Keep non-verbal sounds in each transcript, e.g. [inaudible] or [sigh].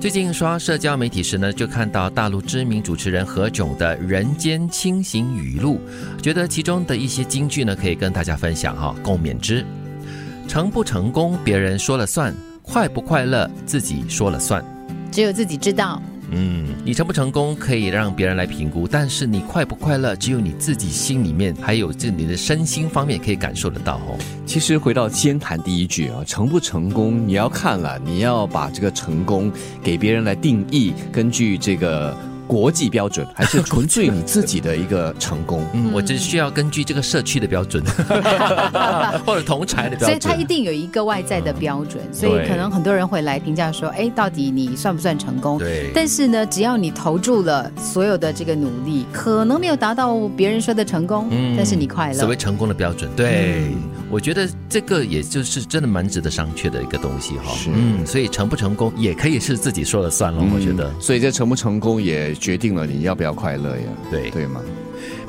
最近刷社交媒体时呢，就看到大陆知名主持人何炅的《人间清醒语录》，觉得其中的一些金句呢，可以跟大家分享哈、共勉之。成不成功别人说了算，快不快乐自己说了算。只有自己知道。嗯，你成不成功可以让别人来评估，但是你快不快乐，只有你自己心里面，还有这你的身心方面可以感受得到哦。？其实回到先谈第一句啊，成不成功你要看了，你要把这个成功给别人来定义，根据这个国际标准，还是纯粹你自己的一个成功嗯，我只需要根据这个社区的标准， [laughs] 或者同才的标所以准。它一定有一个外在的标准，所以可能很多人会来评价说，哎，到底你算不算成功？对但是呢，只要你投注了所有的这个努力，可能没有达到别人说的成功，但是你快嗯所乐嗯谓。成功的标准，对、我觉得这个也就是真的蛮值得商榷的一个东西哈、是嗯，所以成不成功也可以是自己说了算了，嗯嗯我觉得。嗯所以这成不成功也决定了你要不要快乐呀，对对吗？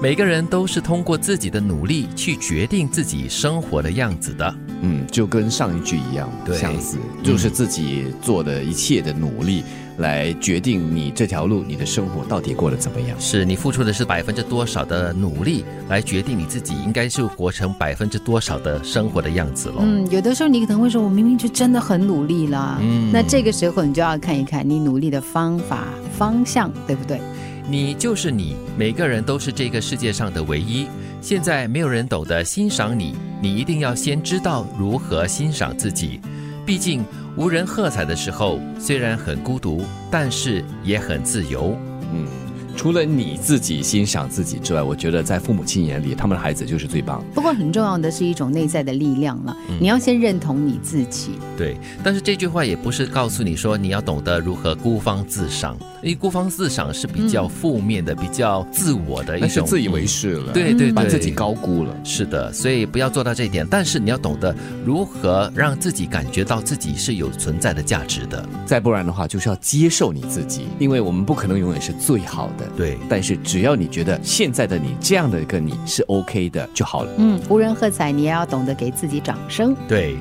每个人都是通过自己的努力去决定自己生活的样子的。嗯，就跟上一句一样对相似，就是自己做的一切的努力来决定你这条路、你的生活到底过得怎么样。是你付出的是百分之多少的努力，来决定你自己应该是活成百分之多少的生活的样子喽。嗯，有的时候你可能会说，我明明就真的很努力啦。嗯那这个时候你就要看一看你努力的方法方向，对不对？你就是你，每个人都是这个世界上的唯一。现在没有人懂得欣赏你，你一定要先知道如何欣赏自己。毕竟无人喝彩的时候，虽然很孤独，但是也很自由。嗯，除了你自己欣赏自己之外，我觉得在父母亲眼里，他们的孩子就是最棒。不过很重要的是一种内在的力量了，嗯你要先认同你自己。对，但是这句话也不是告诉你说你要懂得如何孤芳自赏，因为孤芳自赏是比较负面的、比较自我的一嗯那是种嗯自以为是了，对对对，把自己高估了。是的，所以不要做到这一点，但是你要懂得如何让自己感觉到自己是有存在的价值的。再不然的话，就是要接受你自己，因为我们不可能永远是最好的。对但是只要你觉得现在的你这样的一个你是 OK 的就好了。嗯，无人喝彩，你也要懂得给自己掌声。对，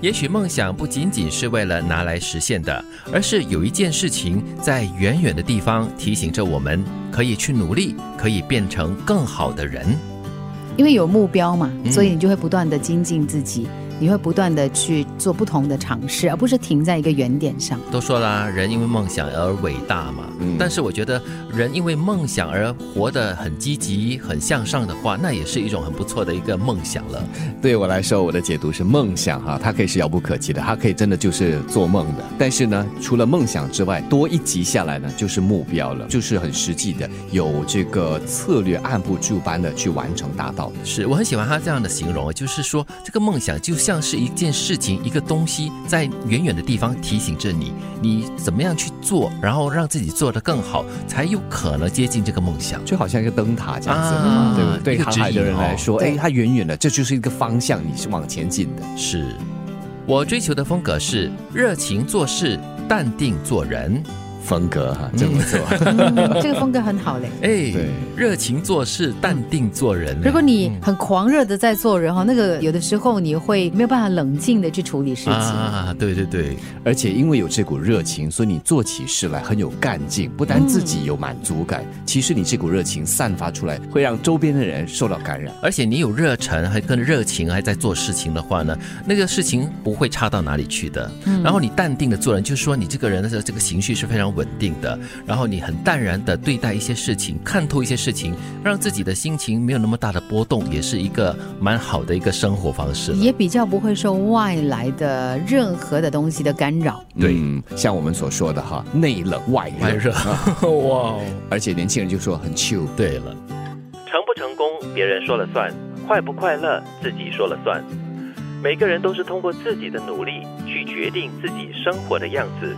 也许梦想不仅仅是为了拿来实现的，而是有一件事情在远远的地方提醒着我们，可以去努力，可以变成更好的人。因为有目标嘛，嗯所以你就会不断的精进自己，你会不断的去做不同的尝试，而不是停在一个原点 [laughs] 上。都说啦，人因为梦想而伟大嘛。嗯但是我觉得，人因为梦想而活得很积极、很向上的话，那也是一种很不错的一个梦想了。对我来说，我的解读是梦想哈、它可以是遥不可及的，它可以真的就是做梦的。但是呢，除了梦想之外，多一级下来呢，就是目标了，就是很实际的，有这个策略按部就班的去完成达到。是我很喜欢他这样的形容，就是说这个梦想就像是一件事情、一个东西，在远远的地方提醒着你，你怎么样去做，然后让自己做得更好，才有可能接近这个梦想。就好像一个灯塔这样子，啊对不对？一对个航指海的引人来哦说，对哎，它远远的，这就是一个方向，你是往前进的。是我追求的风格是热情做事、淡定做人。风格哈、真不错。 [laughs] 嗯、这个风格很好嘞。哎对，热情做事，淡定做人。如果你很狂热的在做人哈，那个有的时候你会没有办法冷静的去处理事情。啊，对对对，而且因为有这股热情，所以你做起事来很有干劲，不但自己有满足感，其实你这股热情散发出来，会让周边的人受到感染。而且你有热忱，还跟热情，还在做事情的话呢，那个事情不会差到哪里去的。然后你淡定的做人，就是说你这个人的这个情绪是非常稳定的，然后你很淡然的对待一些事情，看透一些事情，让自己的心情没有那么大的波动，也是一个蛮好的一个生活方式了。也比较不会受外来的任何的东西的干扰。对嗯像我们所说的哈，内冷外热，外 [laughs] 热哇，而且年轻人就说很 chill。 [laughs] 对了。成不成功别人说了算，快不快乐自己说了算。每个人都是通过自己的努力去决定自己生活的样子。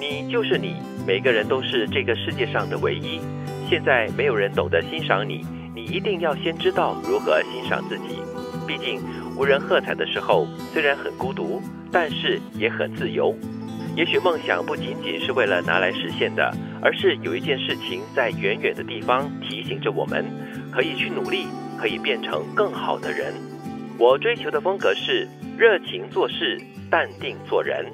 你就是你，每个人都是这个世界上的唯一。现在没有人懂得欣赏你，你一定要先知道如何欣赏自己。毕竟无人喝彩的时候，虽然很孤独，但是也很自由。也许梦想不仅仅是为了拿来实现的，而是有一件事情在远远的地方提醒着我们，可以去努力，可以变成更好的人。我追求的风格是热情做事，淡定做人。